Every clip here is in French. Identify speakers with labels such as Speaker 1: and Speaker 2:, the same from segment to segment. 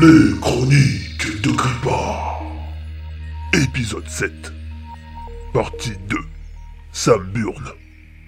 Speaker 1: Les chroniques de Grippa. Épisode 7. Partie 2. Sam Burne.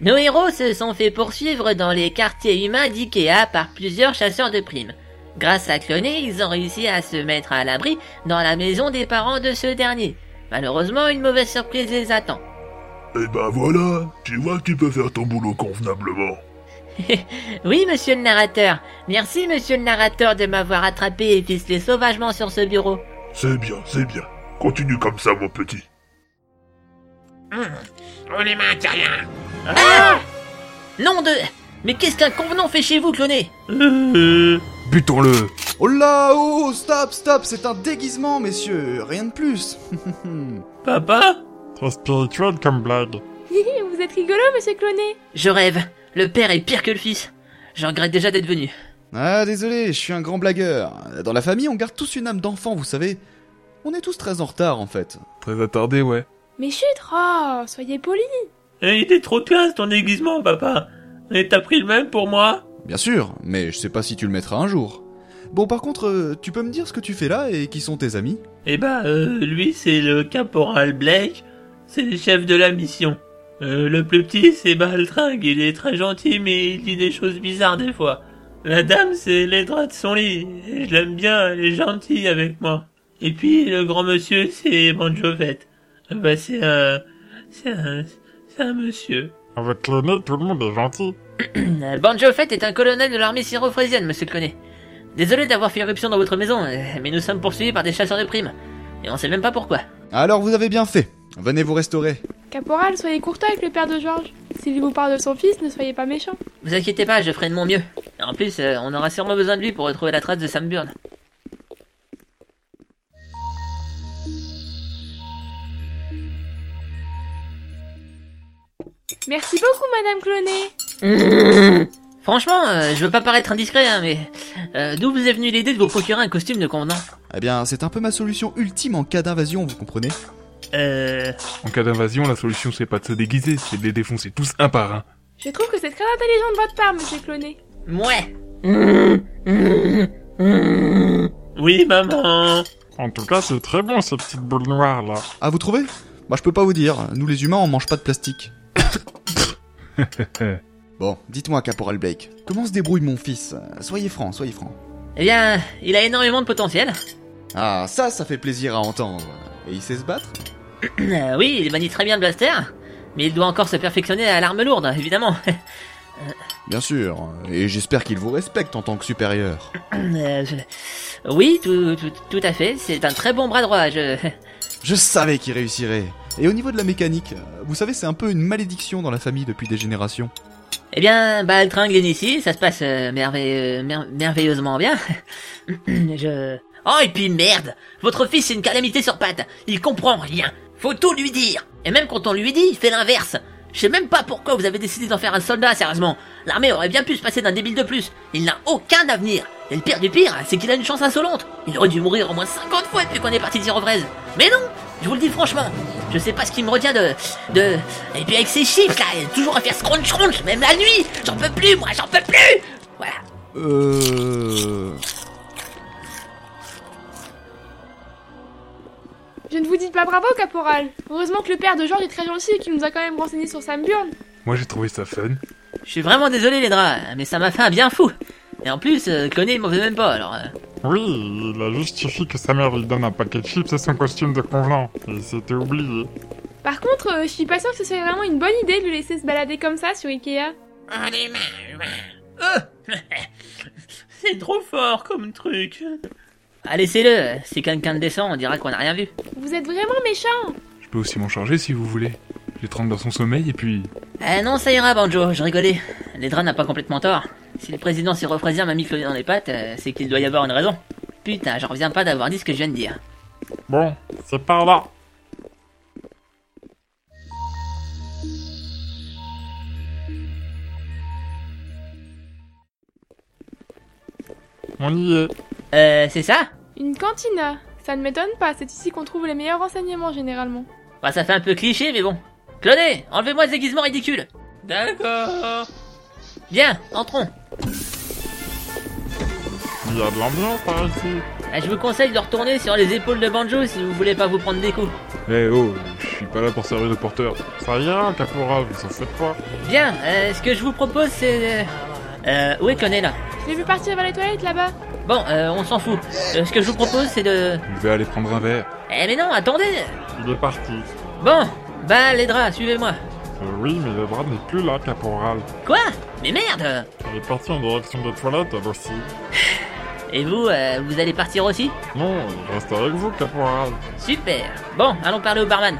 Speaker 2: Nos héros se sont fait poursuivre dans les quartiers humains d'IKEA par plusieurs chasseurs de primes. Grâce à Cloné, ils ont réussi à se mettre à l'abri dans la maison des parents de ce dernier. Malheureusement, une mauvaise surprise les attend.
Speaker 1: Eh ben voilà, tu vois que tu peux faire ton boulot convenablement.
Speaker 2: oui, monsieur le narrateur. Merci, monsieur le narrateur, de m'avoir attrapé et ficelé sauvagement sur ce bureau.
Speaker 1: C'est bien, c'est bien. Continue comme ça, mon petit.
Speaker 3: Oh les mains rien
Speaker 2: Ah Nom de... Mais qu'est-ce qu'un convenant fait chez vous, Cloné
Speaker 4: Butons-le
Speaker 5: Oh là, oh, stop, stop, c'est un déguisement, messieurs, rien de plus.
Speaker 4: Trop spirituel comme blague.
Speaker 6: Hi, hi, Vous êtes rigolo, monsieur Cloné
Speaker 2: Je rêve. Le père est pire que le fils. Je regrette déjà d'être venu.
Speaker 5: Ah, désolé, je suis un grand blagueur. Dans la famille, on garde tous une âme d'enfant, vous savez. On est tous très en retard, en fait.
Speaker 4: Très attardé, ouais.
Speaker 6: Mais chut, oh, soyez poli
Speaker 7: Eh, il était trop classe ton déguisement, papa. Et t'as pris le même pour moi
Speaker 5: Bien sûr, mais je sais pas si tu le mettras un jour. Bon, par contre, euh, tu peux me dire ce que tu fais là et qui sont tes amis
Speaker 7: Eh bah, euh, lui, c'est le caporal Blake. C'est le chef de la mission. Euh, le plus petit, c'est Baltringue. Il est très gentil, mais il dit des choses bizarres des fois. La dame, c'est les draps de son lit. Et je l'aime bien, elle est gentille avec moi. Et puis, le grand monsieur, c'est Banjovette. Euh, Bah, c'est un... C'est un... C'est un monsieur.
Speaker 4: Avec le nez, tout le monde est gentil.
Speaker 2: Euh, Banjo Fett est un colonel de l'armée syrophrasienne, monsieur Cloné. Désolé d'avoir fait irruption dans votre maison, euh, mais nous sommes poursuivis par des chasseurs de primes. Et on sait même pas pourquoi.
Speaker 5: Alors, vous avez bien fait. Venez vous restaurer.
Speaker 6: Caporal, soyez courtois avec le père de Georges. S'il vous parle de son fils, ne soyez pas méchant.
Speaker 2: Vous inquiétez pas, je ferai de mon mieux. En plus, euh, on aura sûrement besoin de lui pour retrouver la trace de Sam Burn.
Speaker 6: Merci beaucoup, madame Cloné
Speaker 2: Franchement, euh, je veux pas paraître indiscret, hein, mais euh, d'où vous est venue l'idée de vous procurer un costume de convenant
Speaker 5: Eh bien, c'est un peu ma solution ultime en cas d'invasion, vous comprenez
Speaker 7: Euh...
Speaker 4: En cas d'invasion, la solution c'est pas de se déguiser, c'est de les défoncer tous un par un.
Speaker 6: Je trouve que c'est très intelligent de votre part, monsieur Cloné.
Speaker 2: Mouais Eh
Speaker 7: Oui, maman
Speaker 4: En tout cas, c'est très bon ces petites boules noires là.
Speaker 5: Ah, vous trouvez Bah, je peux pas vous dire. Nous, les humains, on mange pas de plastique. bon, dites-moi, Caporal Blake, comment se débrouille mon fils Soyez franc, soyez franc.
Speaker 2: Eh bien, il a énormément de potentiel.
Speaker 5: Ah, ça, ça fait plaisir à entendre. Et il sait se battre
Speaker 2: Euh, oui, il manie très bien le blaster, mais il doit encore se perfectionner à l'arme lourde, évidemment.
Speaker 5: Bien sûr, et j'espère qu'il vous respecte en tant que supérieur.
Speaker 2: Euh, je- Oui, tout, tout, tout à fait, c'est un très bon bras droit, je...
Speaker 5: Je savais qu'il réussirait. Et au niveau de la mécanique, euh, vous savez, c'est un peu une malédiction dans la famille depuis des générations.
Speaker 2: Eh bien, bah, le tringle ici, ça se passe euh, merveille- euh, mer- merveilleusement bien. Je... Oh, et puis merde Votre fils, c'est une calamité sur pattes. Il comprend rien. Faut tout lui dire. Et même quand on lui dit, il fait l'inverse. Je sais même pas pourquoi vous avez décidé d'en faire un soldat, sérieusement. L'armée aurait bien pu se passer d'un débile de plus. Il n'a aucun avenir. Et le pire du pire, c'est qu'il a une chance insolente. Il aurait dû mourir au moins 50 fois depuis qu'on est parti de Zirovraise. Mais non Je vous le dis franchement, je sais pas ce qui me retient de... de... Et puis avec ces chiffres là, il y a toujours à faire scrunch scrunch, même la nuit J'en peux plus, moi, j'en peux plus Voilà.
Speaker 5: Euh...
Speaker 6: Je ne vous dis pas bravo, caporal. Heureusement que le père de Georges est très gentil et qu'il nous a quand même renseigné sur Sam Burn.
Speaker 4: Moi j'ai trouvé ça fun.
Speaker 2: Je suis vraiment désolé les draps, mais ça m'a fait un bien fou. Et en plus, euh, Cloné il m'en veut même pas, alors... euh,
Speaker 4: Oui, il a juste suffi que sa mère lui donne un paquet de chips et son costume de convenant. Et c'était oublié.
Speaker 6: Par contre, euh, je suis pas sûre que ce serait vraiment une bonne idée de le laisser se balader comme ça sur Ikea.
Speaker 3: Oh les mains
Speaker 7: C'est trop fort comme truc.
Speaker 2: Ah, laissez-le, si quelqu'un le descend, on dira qu'on n'a rien vu.
Speaker 6: Vous êtes vraiment méchant
Speaker 4: Je peux aussi m'en charger si vous voulez. Je trempe dans son sommeil et puis...
Speaker 2: Ah non, ça ira, Banjo, je rigolais. Ledra n'a pas complètement tort. Si le président syrofrasien m'a mis Cloné dans les pattes, euh, c'est qu'il doit y avoir une raison. Putain, j'en reviens pas d'avoir dit ce que je viens de dire.
Speaker 4: Bon, c'est par là. On y est.
Speaker 2: Euh, c'est ça
Speaker 6: Une cantina Ça ne m'étonne pas, c'est ici qu'on trouve les meilleurs renseignements généralement.
Speaker 2: Bah, ça fait un peu cliché, mais bon. Cloné, enlevez-moi ce déguisement ridicule
Speaker 7: D'accord.
Speaker 2: Bien, entrons
Speaker 4: Il y a de l'ambiance par ici.
Speaker 2: Ah, je vous conseille de retourner sur les épaules de Banjo si vous voulez pas vous prendre des coups.
Speaker 4: Eh oh, je suis pas là pour servir de porteur. Ça ira, caporal, vous en faites pas.
Speaker 2: Bien, euh, ce que je vous propose c'est... euh, Euh, où est Clonella
Speaker 6: Je l'ai vu partir vers les toilettes là-bas.
Speaker 2: Bon, euh, on s'en fout. Euh, ce que je vous propose c'est de...
Speaker 4: Je vais aller prendre un verre.
Speaker 2: Eh mais non, attendez
Speaker 4: Il est parti.
Speaker 2: Bon, bah les draps, suivez-moi.
Speaker 4: Euh, oui, mais le bras n'est plus là, caporal.
Speaker 2: Quoi Mais merde
Speaker 4: Il est parti en direction des toilettes, ah, elle aussi.
Speaker 2: Et vous, euh, vous allez partir aussi
Speaker 4: Non, il reste avec vous, caporal.
Speaker 2: Super Bon, allons parler au barman.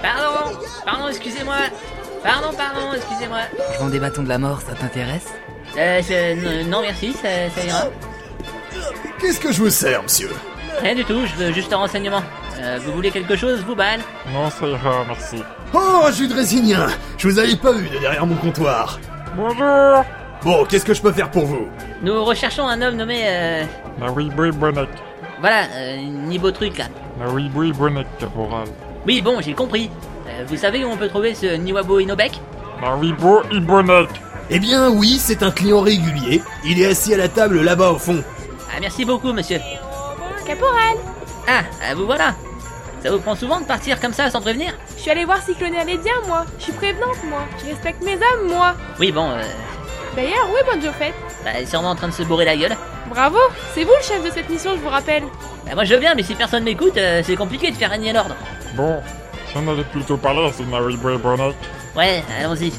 Speaker 2: Pardon Pardon, excusez-moi Pardon, pardon, excusez-moi
Speaker 8: Je vends des bâtons de la mort, ça t'intéresse
Speaker 2: Euh, je- non, merci, ça, ça ira.
Speaker 9: Qu'est-ce que je vous sers, monsieur
Speaker 2: Rien du tout, je veux juste un renseignement. Euh, vous voulez quelque chose, vous balle
Speaker 4: Non, ça ira, merci.
Speaker 9: Oh, un jus de résinien Je vous avais pas vu de derrière mon comptoir
Speaker 4: Bonjour
Speaker 9: Bon, qu'est-ce que je peux faire pour vous
Speaker 2: Nous recherchons un homme nommé... Euh,
Speaker 4: La oui, oui, bonnet.
Speaker 2: voilà, euh, niveau truc là.
Speaker 4: La oui, oui, bonnet, caporal.
Speaker 2: Oui, bon, j'ai compris. Euh, vous savez où on peut trouver ce Niwabo Inobek
Speaker 4: La oui, beau et bonnet.
Speaker 9: Eh bien, oui, c'est un client régulier. Il est assis à la table là-bas au fond.
Speaker 2: Ah, merci beaucoup, monsieur.
Speaker 6: Caporal
Speaker 2: Ah, euh, vous voilà Ça vous prend souvent de partir comme ça sans prévenir
Speaker 6: Je suis allée voir si Cloné allait bien, moi. Je suis prévenante, moi. Je respecte mes hommes, moi.
Speaker 2: Oui, bon, euh,
Speaker 6: D'ailleurs, où est Banjo Fett
Speaker 2: bah, elle est sûrement en train de se bourrer la gueule.
Speaker 6: Bravo C'est vous le chef de cette mission, je vous rappelle.
Speaker 2: Bah, moi je veux bien, mais si personne m'écoute, euh, c'est compliqué de faire régner l'ordre.
Speaker 4: Bon, si on allait plutôt parler à ce La oui, oui, bonnet.
Speaker 2: Ouais, allons-y.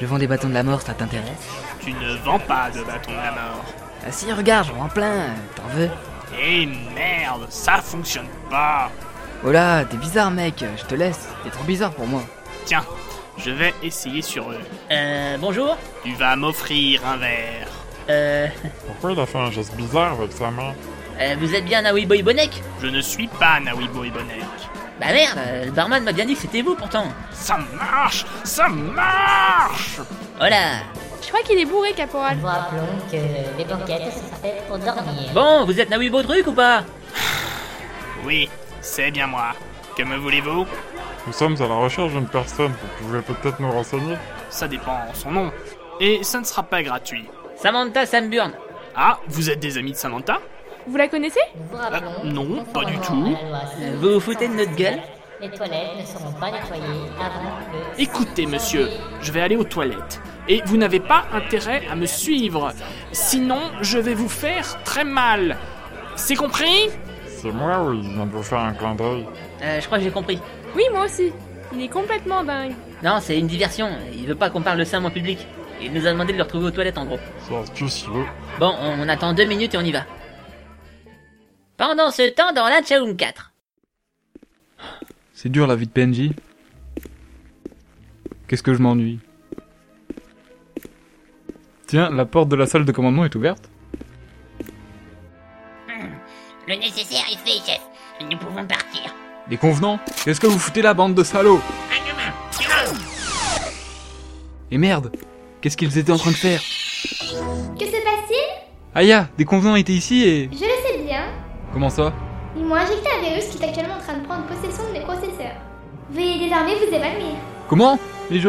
Speaker 8: Je vends des bâtons de la mort, ça t'intéresse
Speaker 10: Tu ne vends pas de bâton de la mort.
Speaker 8: Ah si, regarde, j'en vends plein, euh, t'en veux
Speaker 10: Eh merde, ça fonctionne pas.
Speaker 8: Oh là, t'es bizarre mec, euh, je te laisse, t'es trop bizarre pour moi.
Speaker 10: Tiens, je vais essayer sur eux.
Speaker 2: Euh, bonjour
Speaker 10: Tu vas m'offrir un verre.
Speaker 2: Euh,
Speaker 4: Pourquoi il a fait un geste bizarre avec sa main
Speaker 2: euh, vous êtes bien Nawi Boy Bonek
Speaker 10: Je ne suis pas Nawibo et Bonek.
Speaker 2: Bah merde, euh, le barman m'a bien dit que c'était vous pourtant.
Speaker 10: Ça marche Ça marche
Speaker 2: Oh là
Speaker 6: Je crois qu'il est bourré, Caporal.
Speaker 11: Vous rappelons que les banquettes, ça fait pour dormir.
Speaker 2: Bon, vous êtes Nawi Beau Truc ou pas
Speaker 10: Oui, c'est bien moi. Que me voulez-vous
Speaker 4: Nous sommes à la recherche d'une personne, vous pouvez peut-être nous renseigner
Speaker 10: Ça dépend son nom. Et ça ne sera pas gratuit.
Speaker 2: Samantha Samburn.
Speaker 10: Ah, vous êtes des amis de Samantha
Speaker 6: Vous la connaissez
Speaker 11: Vous rappelons
Speaker 10: Euh, non,
Speaker 11: que
Speaker 10: pas du
Speaker 11: conformément
Speaker 10: tout.
Speaker 11: à la loi
Speaker 2: Euh, Vous vous foutez de notre gueule
Speaker 11: Les toilettes ne seront pas nettoyées avant le...
Speaker 10: Écoutez, monsieur, je vais aller aux toilettes. Et vous n'avez pas intérêt à me suivre. Sinon, je vais vous faire très mal. C'est compris
Speaker 4: C'est moi ou il vient de vous faire un clin d'œil
Speaker 2: euh, Je crois que j'ai compris.
Speaker 6: Oui, moi aussi. Il est complètement dingue.
Speaker 2: Non, c'est une diversion, il veut pas qu'on parle de ça en public. Il nous a demandé de le retrouver aux toilettes en gros.
Speaker 4: C'est astucieux.
Speaker 2: Bon, on, on attend deux minutes et on y va. Pendant ce temps, dans la Chaoum 4.
Speaker 12: C'est dur la vie de PNJ. Qu'est-ce que je m'ennuie Tiens, la porte de la salle de commandement est ouverte.
Speaker 11: Le nécessaire est fait, chef. Nous pouvons partir.
Speaker 12: Les convenants Qu'est-ce que vous foutez la bande de salauds
Speaker 3: Un humain Silence
Speaker 12: Et merde Qu'est-ce qu'ils étaient en train de faire
Speaker 11: Que se passe-t-il
Speaker 12: Aya, des convenants étaient ici et...
Speaker 11: Je le sais bien.
Speaker 12: Comment ça
Speaker 11: Ils m'ont injecté un virus E qui est actuellement en train de prendre possession de mes processeurs. Veuillez désormais vous évanouir.
Speaker 12: Comment Mais je...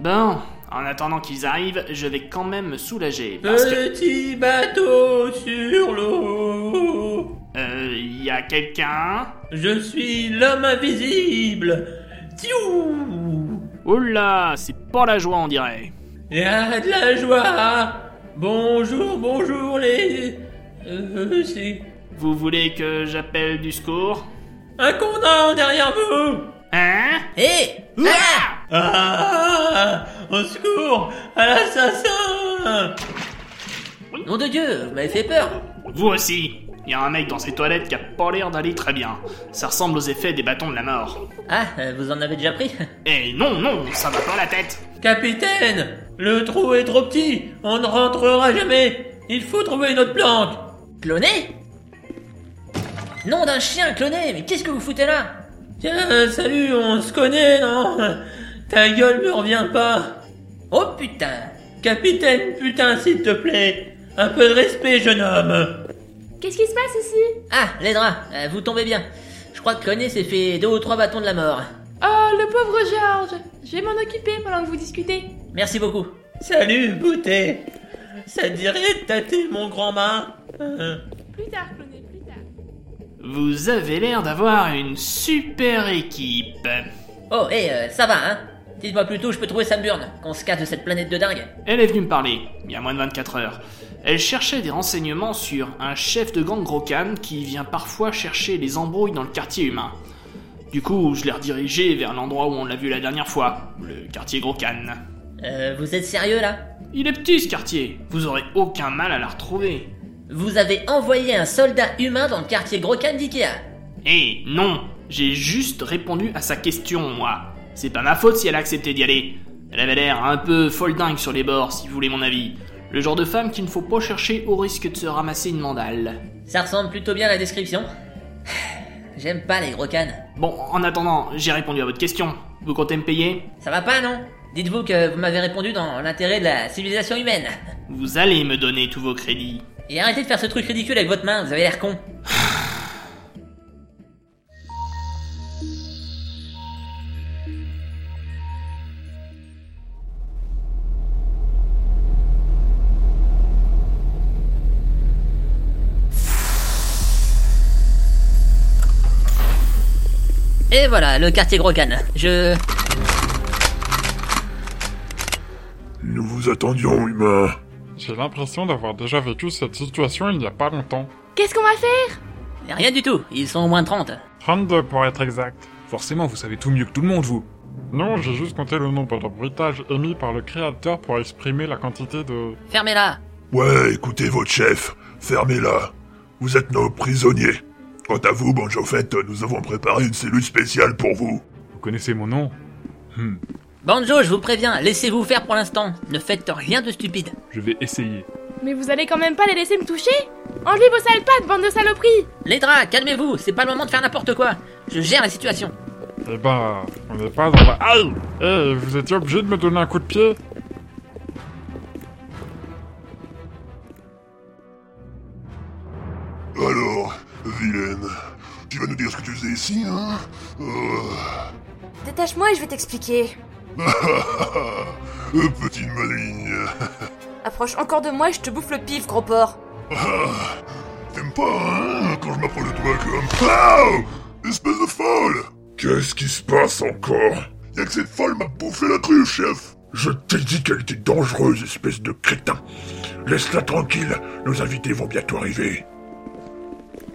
Speaker 10: Bon, en attendant qu'ils arrivent, je vais quand même me soulager. Parce
Speaker 7: Euh.
Speaker 10: que.
Speaker 7: Petit bateau sur l'eau.
Speaker 10: Euh, y a quelqu'un
Speaker 7: Je suis l'homme invisible. Tiou
Speaker 10: Oula, c'est pas la joie, on dirait.
Speaker 7: Il y a de la joie. Bonjour, bonjour les... Euh, c'est...
Speaker 10: Vous voulez que j'appelle du secours
Speaker 7: Un condamn derrière vous
Speaker 10: Hein
Speaker 2: Hé
Speaker 10: Ah
Speaker 7: Ah Au secours À l'assassin
Speaker 2: Nom de Dieu, vous m'avez fait peur
Speaker 10: Vous aussi y a un mec dans ces toilettes qui a pas l'air d'aller très bien. Ça ressemble aux effets des bâtons de la mort.
Speaker 2: Ah, euh, vous en avez déjà pris
Speaker 10: Eh non, non, ça va pas la tête
Speaker 7: Capitaine Le trou est trop petit On ne rentrera jamais Il faut trouver une autre planque
Speaker 2: Cloné Nom d'un chien cloné, mais qu'est-ce que vous foutez là
Speaker 7: Tiens, euh, salut, on se connaît, non Ta gueule me revient pas
Speaker 2: Oh putain
Speaker 7: Capitaine, putain, s'il te plaît Un peu de respect, jeune homme
Speaker 6: Qu'est-ce qui se passe ici
Speaker 2: Ah, les draps, euh, vous tombez bien. Je crois que René s'est fait deux ou trois bâtons de la mort.
Speaker 6: Oh, le pauvre Georges Je vais m'en occuper pendant que vous discutez.
Speaker 2: Merci beaucoup.
Speaker 7: Salut, Boutet Ça te dirait de tâter mon grand-mère Euh,
Speaker 6: Plus tard, Cloné, plus tard.
Speaker 10: Vous avez l'air d'avoir une super équipe.
Speaker 2: Oh, et ça va, hein Dites-moi plutôt, je peux trouver Samburn, qu'on se casse de cette planète de dingue.
Speaker 10: Elle est venue me parler, il y a moins de 24 heures. Elle cherchait des renseignements sur un chef de gang Rokan qui vient parfois chercher les embrouilles dans le quartier humain. Du coup, je l'ai redirigé vers l'endroit où on l'a vu la dernière fois, le quartier Grokan.
Speaker 2: Euh, vous êtes sérieux là
Speaker 10: Il est petit ce quartier, vous aurez aucun mal à la retrouver.
Speaker 2: Vous avez envoyé un soldat humain dans le quartier Grokan d'Ikea.
Speaker 10: Eh non, j'ai juste répondu à sa question, moi. C'est pas ma faute si elle a accepté d'y aller. Elle avait l'air un peu folle dingue sur les bords, si vous voulez mon avis. Le genre de femme qu'il ne faut pas chercher au risque de se ramasser une mandale.
Speaker 2: Ça ressemble plutôt bien à la description. J'aime pas les gros cannes.
Speaker 10: Bon, en attendant, j'ai répondu à votre question. Vous comptez me payer
Speaker 2: Ça va pas, non Dites-vous que vous m'avez répondu dans l'intérêt de la civilisation humaine.
Speaker 10: Vous allez me donner tous vos crédits.
Speaker 2: Et arrêtez de faire ce truc ridicule avec votre main, vous avez l'air con. Et voilà, le quartier Grogan. Je...
Speaker 1: Nous vous attendions, humain.
Speaker 4: J'ai l'impression d'avoir déjà vécu cette situation il n'y a pas longtemps.
Speaker 6: Qu'est-ce qu'on va faire
Speaker 2: Rien du tout, ils sont au moins 30.
Speaker 4: 32 pour être exact.
Speaker 12: Forcément, vous savez tout mieux que tout le monde, vous.
Speaker 4: Non, j'ai juste compté le nombre de bruitages émis par le créateur pour exprimer la quantité de...
Speaker 2: Fermez-la
Speaker 1: Ouais, écoutez votre chef. Fermez-la. Vous êtes nos prisonniers. Quant à vous, Banjo Fett, nous avons préparé une cellule spéciale pour vous.
Speaker 12: Vous connaissez mon nom Hmm,
Speaker 2: Banjo, je vous préviens, laissez-vous faire pour l'instant. Ne faites rien de stupide.
Speaker 12: je vais essayer.
Speaker 6: Mais vous allez quand même pas les laisser me toucher Enlevez vos sales pattes, bande de saloperies
Speaker 2: Les draps, calmez-vous, c'est pas le moment de faire n'importe quoi. Je gère la situation.
Speaker 4: Eh ben, on n'est pas dans la... Aïe Eh, vous étiez obligé de me donner un coup de pied
Speaker 1: Alors, vilaine, tu vas nous dire ce que tu faisais ici, hein
Speaker 13: Détache-moi et je vais t'expliquer.
Speaker 1: Euh, Petite maligne.
Speaker 13: Approche encore de moi et je te bouffe le pif, gros porc.
Speaker 1: Ah, T'aimes pas, hein, quand je m'approche de toi comme... Pow hein. Espèce de folle Qu'est-ce qui se passe encore Y'a que cette folle m'a bouffé la cruche, chef Je t'ai dit qu'elle était dangereuse, espèce de crétin. Laisse-la tranquille, nos invités vont bientôt arriver.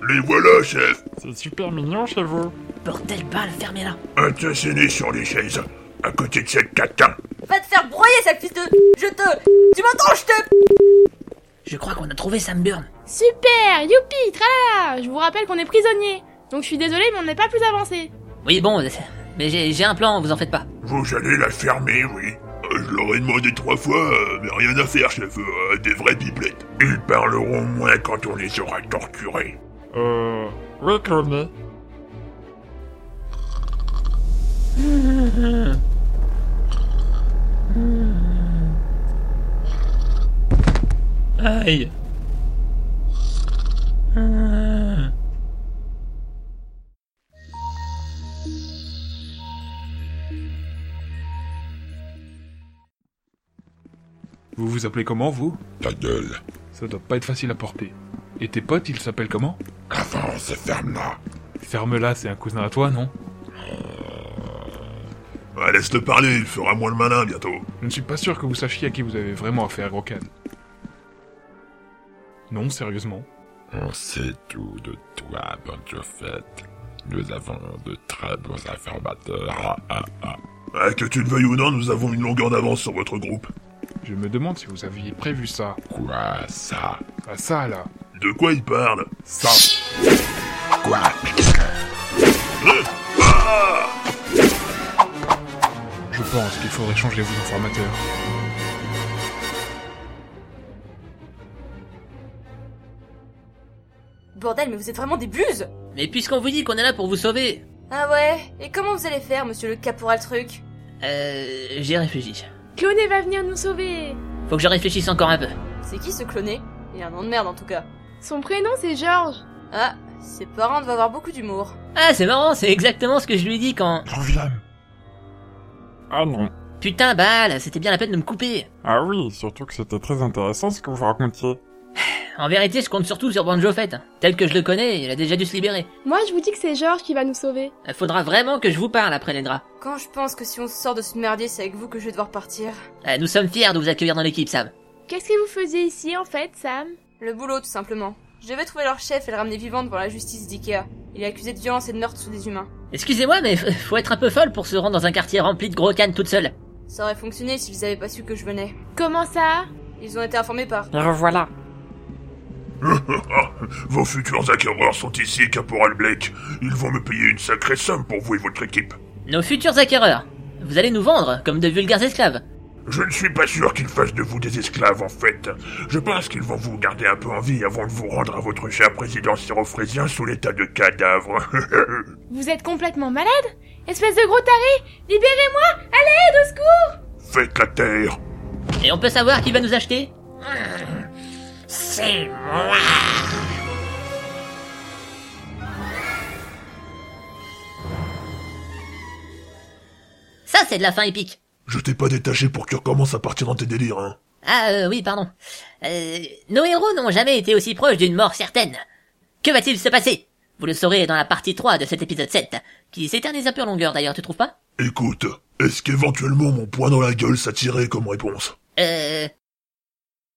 Speaker 1: Les voilà, chef
Speaker 4: C'est super mignon chez vous.
Speaker 2: Bordel balle, fermez-la.
Speaker 1: Intentionnés sur les chaises, à côté de cette catin.
Speaker 13: Va te faire broyer, sale fils de... Je te... Tu m'entends, je te...
Speaker 2: Je crois qu'on a trouvé Samburn.
Speaker 6: Super Youpi Tralala Je vous rappelle qu'on est prisonnier. Donc je suis désolée, mais on n'est pas plus avancé.
Speaker 2: Oui, bon, mais j'ai j'ai un plan, vous en faites pas.
Speaker 1: Vous allez la fermer, oui. Euh, Je leur ai demandé trois fois, euh, mais rien à faire, chef. euh, des vraies pipelettes. Ils parleront moins quand on les aura torturés.
Speaker 4: Euh... Oui, Crony.
Speaker 7: Aïe Ah.
Speaker 12: Vous vous appelez comment, vous
Speaker 1: Ta gueule.
Speaker 12: Ça doit pas être facile à porter. Et tes potes, ils s'appellent comment
Speaker 1: Avance, ferme-la.
Speaker 12: Ferme-la, c'est un cousin à toi, non
Speaker 1: Ouais, Ah, laisse-le parler, il fera moins le malin bientôt.
Speaker 12: Je ne suis pas sûr que vous sachiez à qui vous avez vraiment affaire, Grocan. Non, sérieusement.
Speaker 14: On sait tout de toi, Banjo Fett. Nous avons de très bons informateurs. Ah, ah, ah.
Speaker 1: Ouais, que tu le veuilles ou non, nous avons une longueur d'avance sur votre groupe.
Speaker 12: Je me demande si vous aviez prévu ça.
Speaker 14: Quoi, ça
Speaker 12: Ah, ça, là.
Speaker 1: De quoi il parle
Speaker 12: Ça.
Speaker 14: Quoi Mais qu'est-ce que...
Speaker 12: Je pense qu'il faudrait changer vos informateurs.
Speaker 13: Bordel, mais vous êtes vraiment des buses
Speaker 2: Mais puisqu'on vous dit qu'on est là pour vous sauver,
Speaker 13: Ah ouais Et comment vous allez faire, monsieur le caporal truc
Speaker 2: euh, j'y réfléchis.
Speaker 6: Cloné va venir nous sauver
Speaker 2: Faut que je réfléchisse encore un peu.
Speaker 13: C'est qui ce cloné Il a un nom de merde, en tout cas.
Speaker 6: Son prénom c'est Georges.
Speaker 13: Ah, ses parents doivent avoir beaucoup d'humour.
Speaker 2: Ah, c'est marrant, c'est exactement ce que je lui ai dit quand.
Speaker 4: Ah non.
Speaker 2: Putain, balle, c'était bien la peine de me couper.
Speaker 4: Ah oui, surtout que c'était très intéressant ce que vous racontiez.
Speaker 2: En vérité, je compte surtout sur Banjo Fett. Tel que je le connais, il a déjà dû se libérer.
Speaker 6: Moi je vous dis que c'est Georges qui va nous sauver.
Speaker 2: Il Faudra vraiment que je vous parle après les draps.
Speaker 13: Quand je pense que si on sort de ce merdier, c'est avec vous que je vais devoir partir.
Speaker 2: Euh, nous sommes fiers de vous accueillir dans l'équipe, Sam.
Speaker 6: Qu'est-ce que vous faisiez ici en fait, Sam
Speaker 13: Le boulot, tout simplement. Je vais trouver leur chef et le ramener vivant devant la justice d'Ikea. Il est accusé de violence et de meurtre sur des humains.
Speaker 2: Excusez-moi, mais f- faut être un peu folle pour se rendre dans un quartier rempli de gros cannes toute seule.
Speaker 13: Ça aurait fonctionné si vous avez pas su que je venais.
Speaker 6: Comment ça
Speaker 13: Ils ont été informés par.
Speaker 2: revoilà.
Speaker 1: Vos futurs acquéreurs sont ici, Caporal Blake. Ils vont me payer une sacrée somme pour vous et votre équipe.
Speaker 2: Nos futurs acquéreurs. Vous allez nous vendre comme de vulgaires esclaves.
Speaker 1: Je ne suis pas sûr qu'ils fassent de vous des esclaves, en fait. Je pense qu'ils vont vous garder un peu en vie avant de vous rendre à votre cher président syrophrétien sous l'état de cadavre.
Speaker 6: Vous êtes complètement malade Espèce de gros taré Libérez-moi Allez, au secours
Speaker 1: Faites la terre.
Speaker 2: Et on peut savoir qui va nous acheter
Speaker 3: C'est moi
Speaker 2: Ça, c'est de la fin épique.
Speaker 1: Je t'ai pas détaché pour que tu recommences à partir dans tes délires, hein.
Speaker 2: Ah, euh, oui, pardon. Euh, nos héros n'ont jamais été aussi proches d'une mort certaine. Que va-t-il se passer Vous le saurez dans la partie 3 de cet épisode 7, qui s'éternise un peu en longueur d'ailleurs, tu trouves pas
Speaker 1: Écoute, est-ce qu'éventuellement mon poing dans la gueule s'attirait comme réponse
Speaker 2: Euh...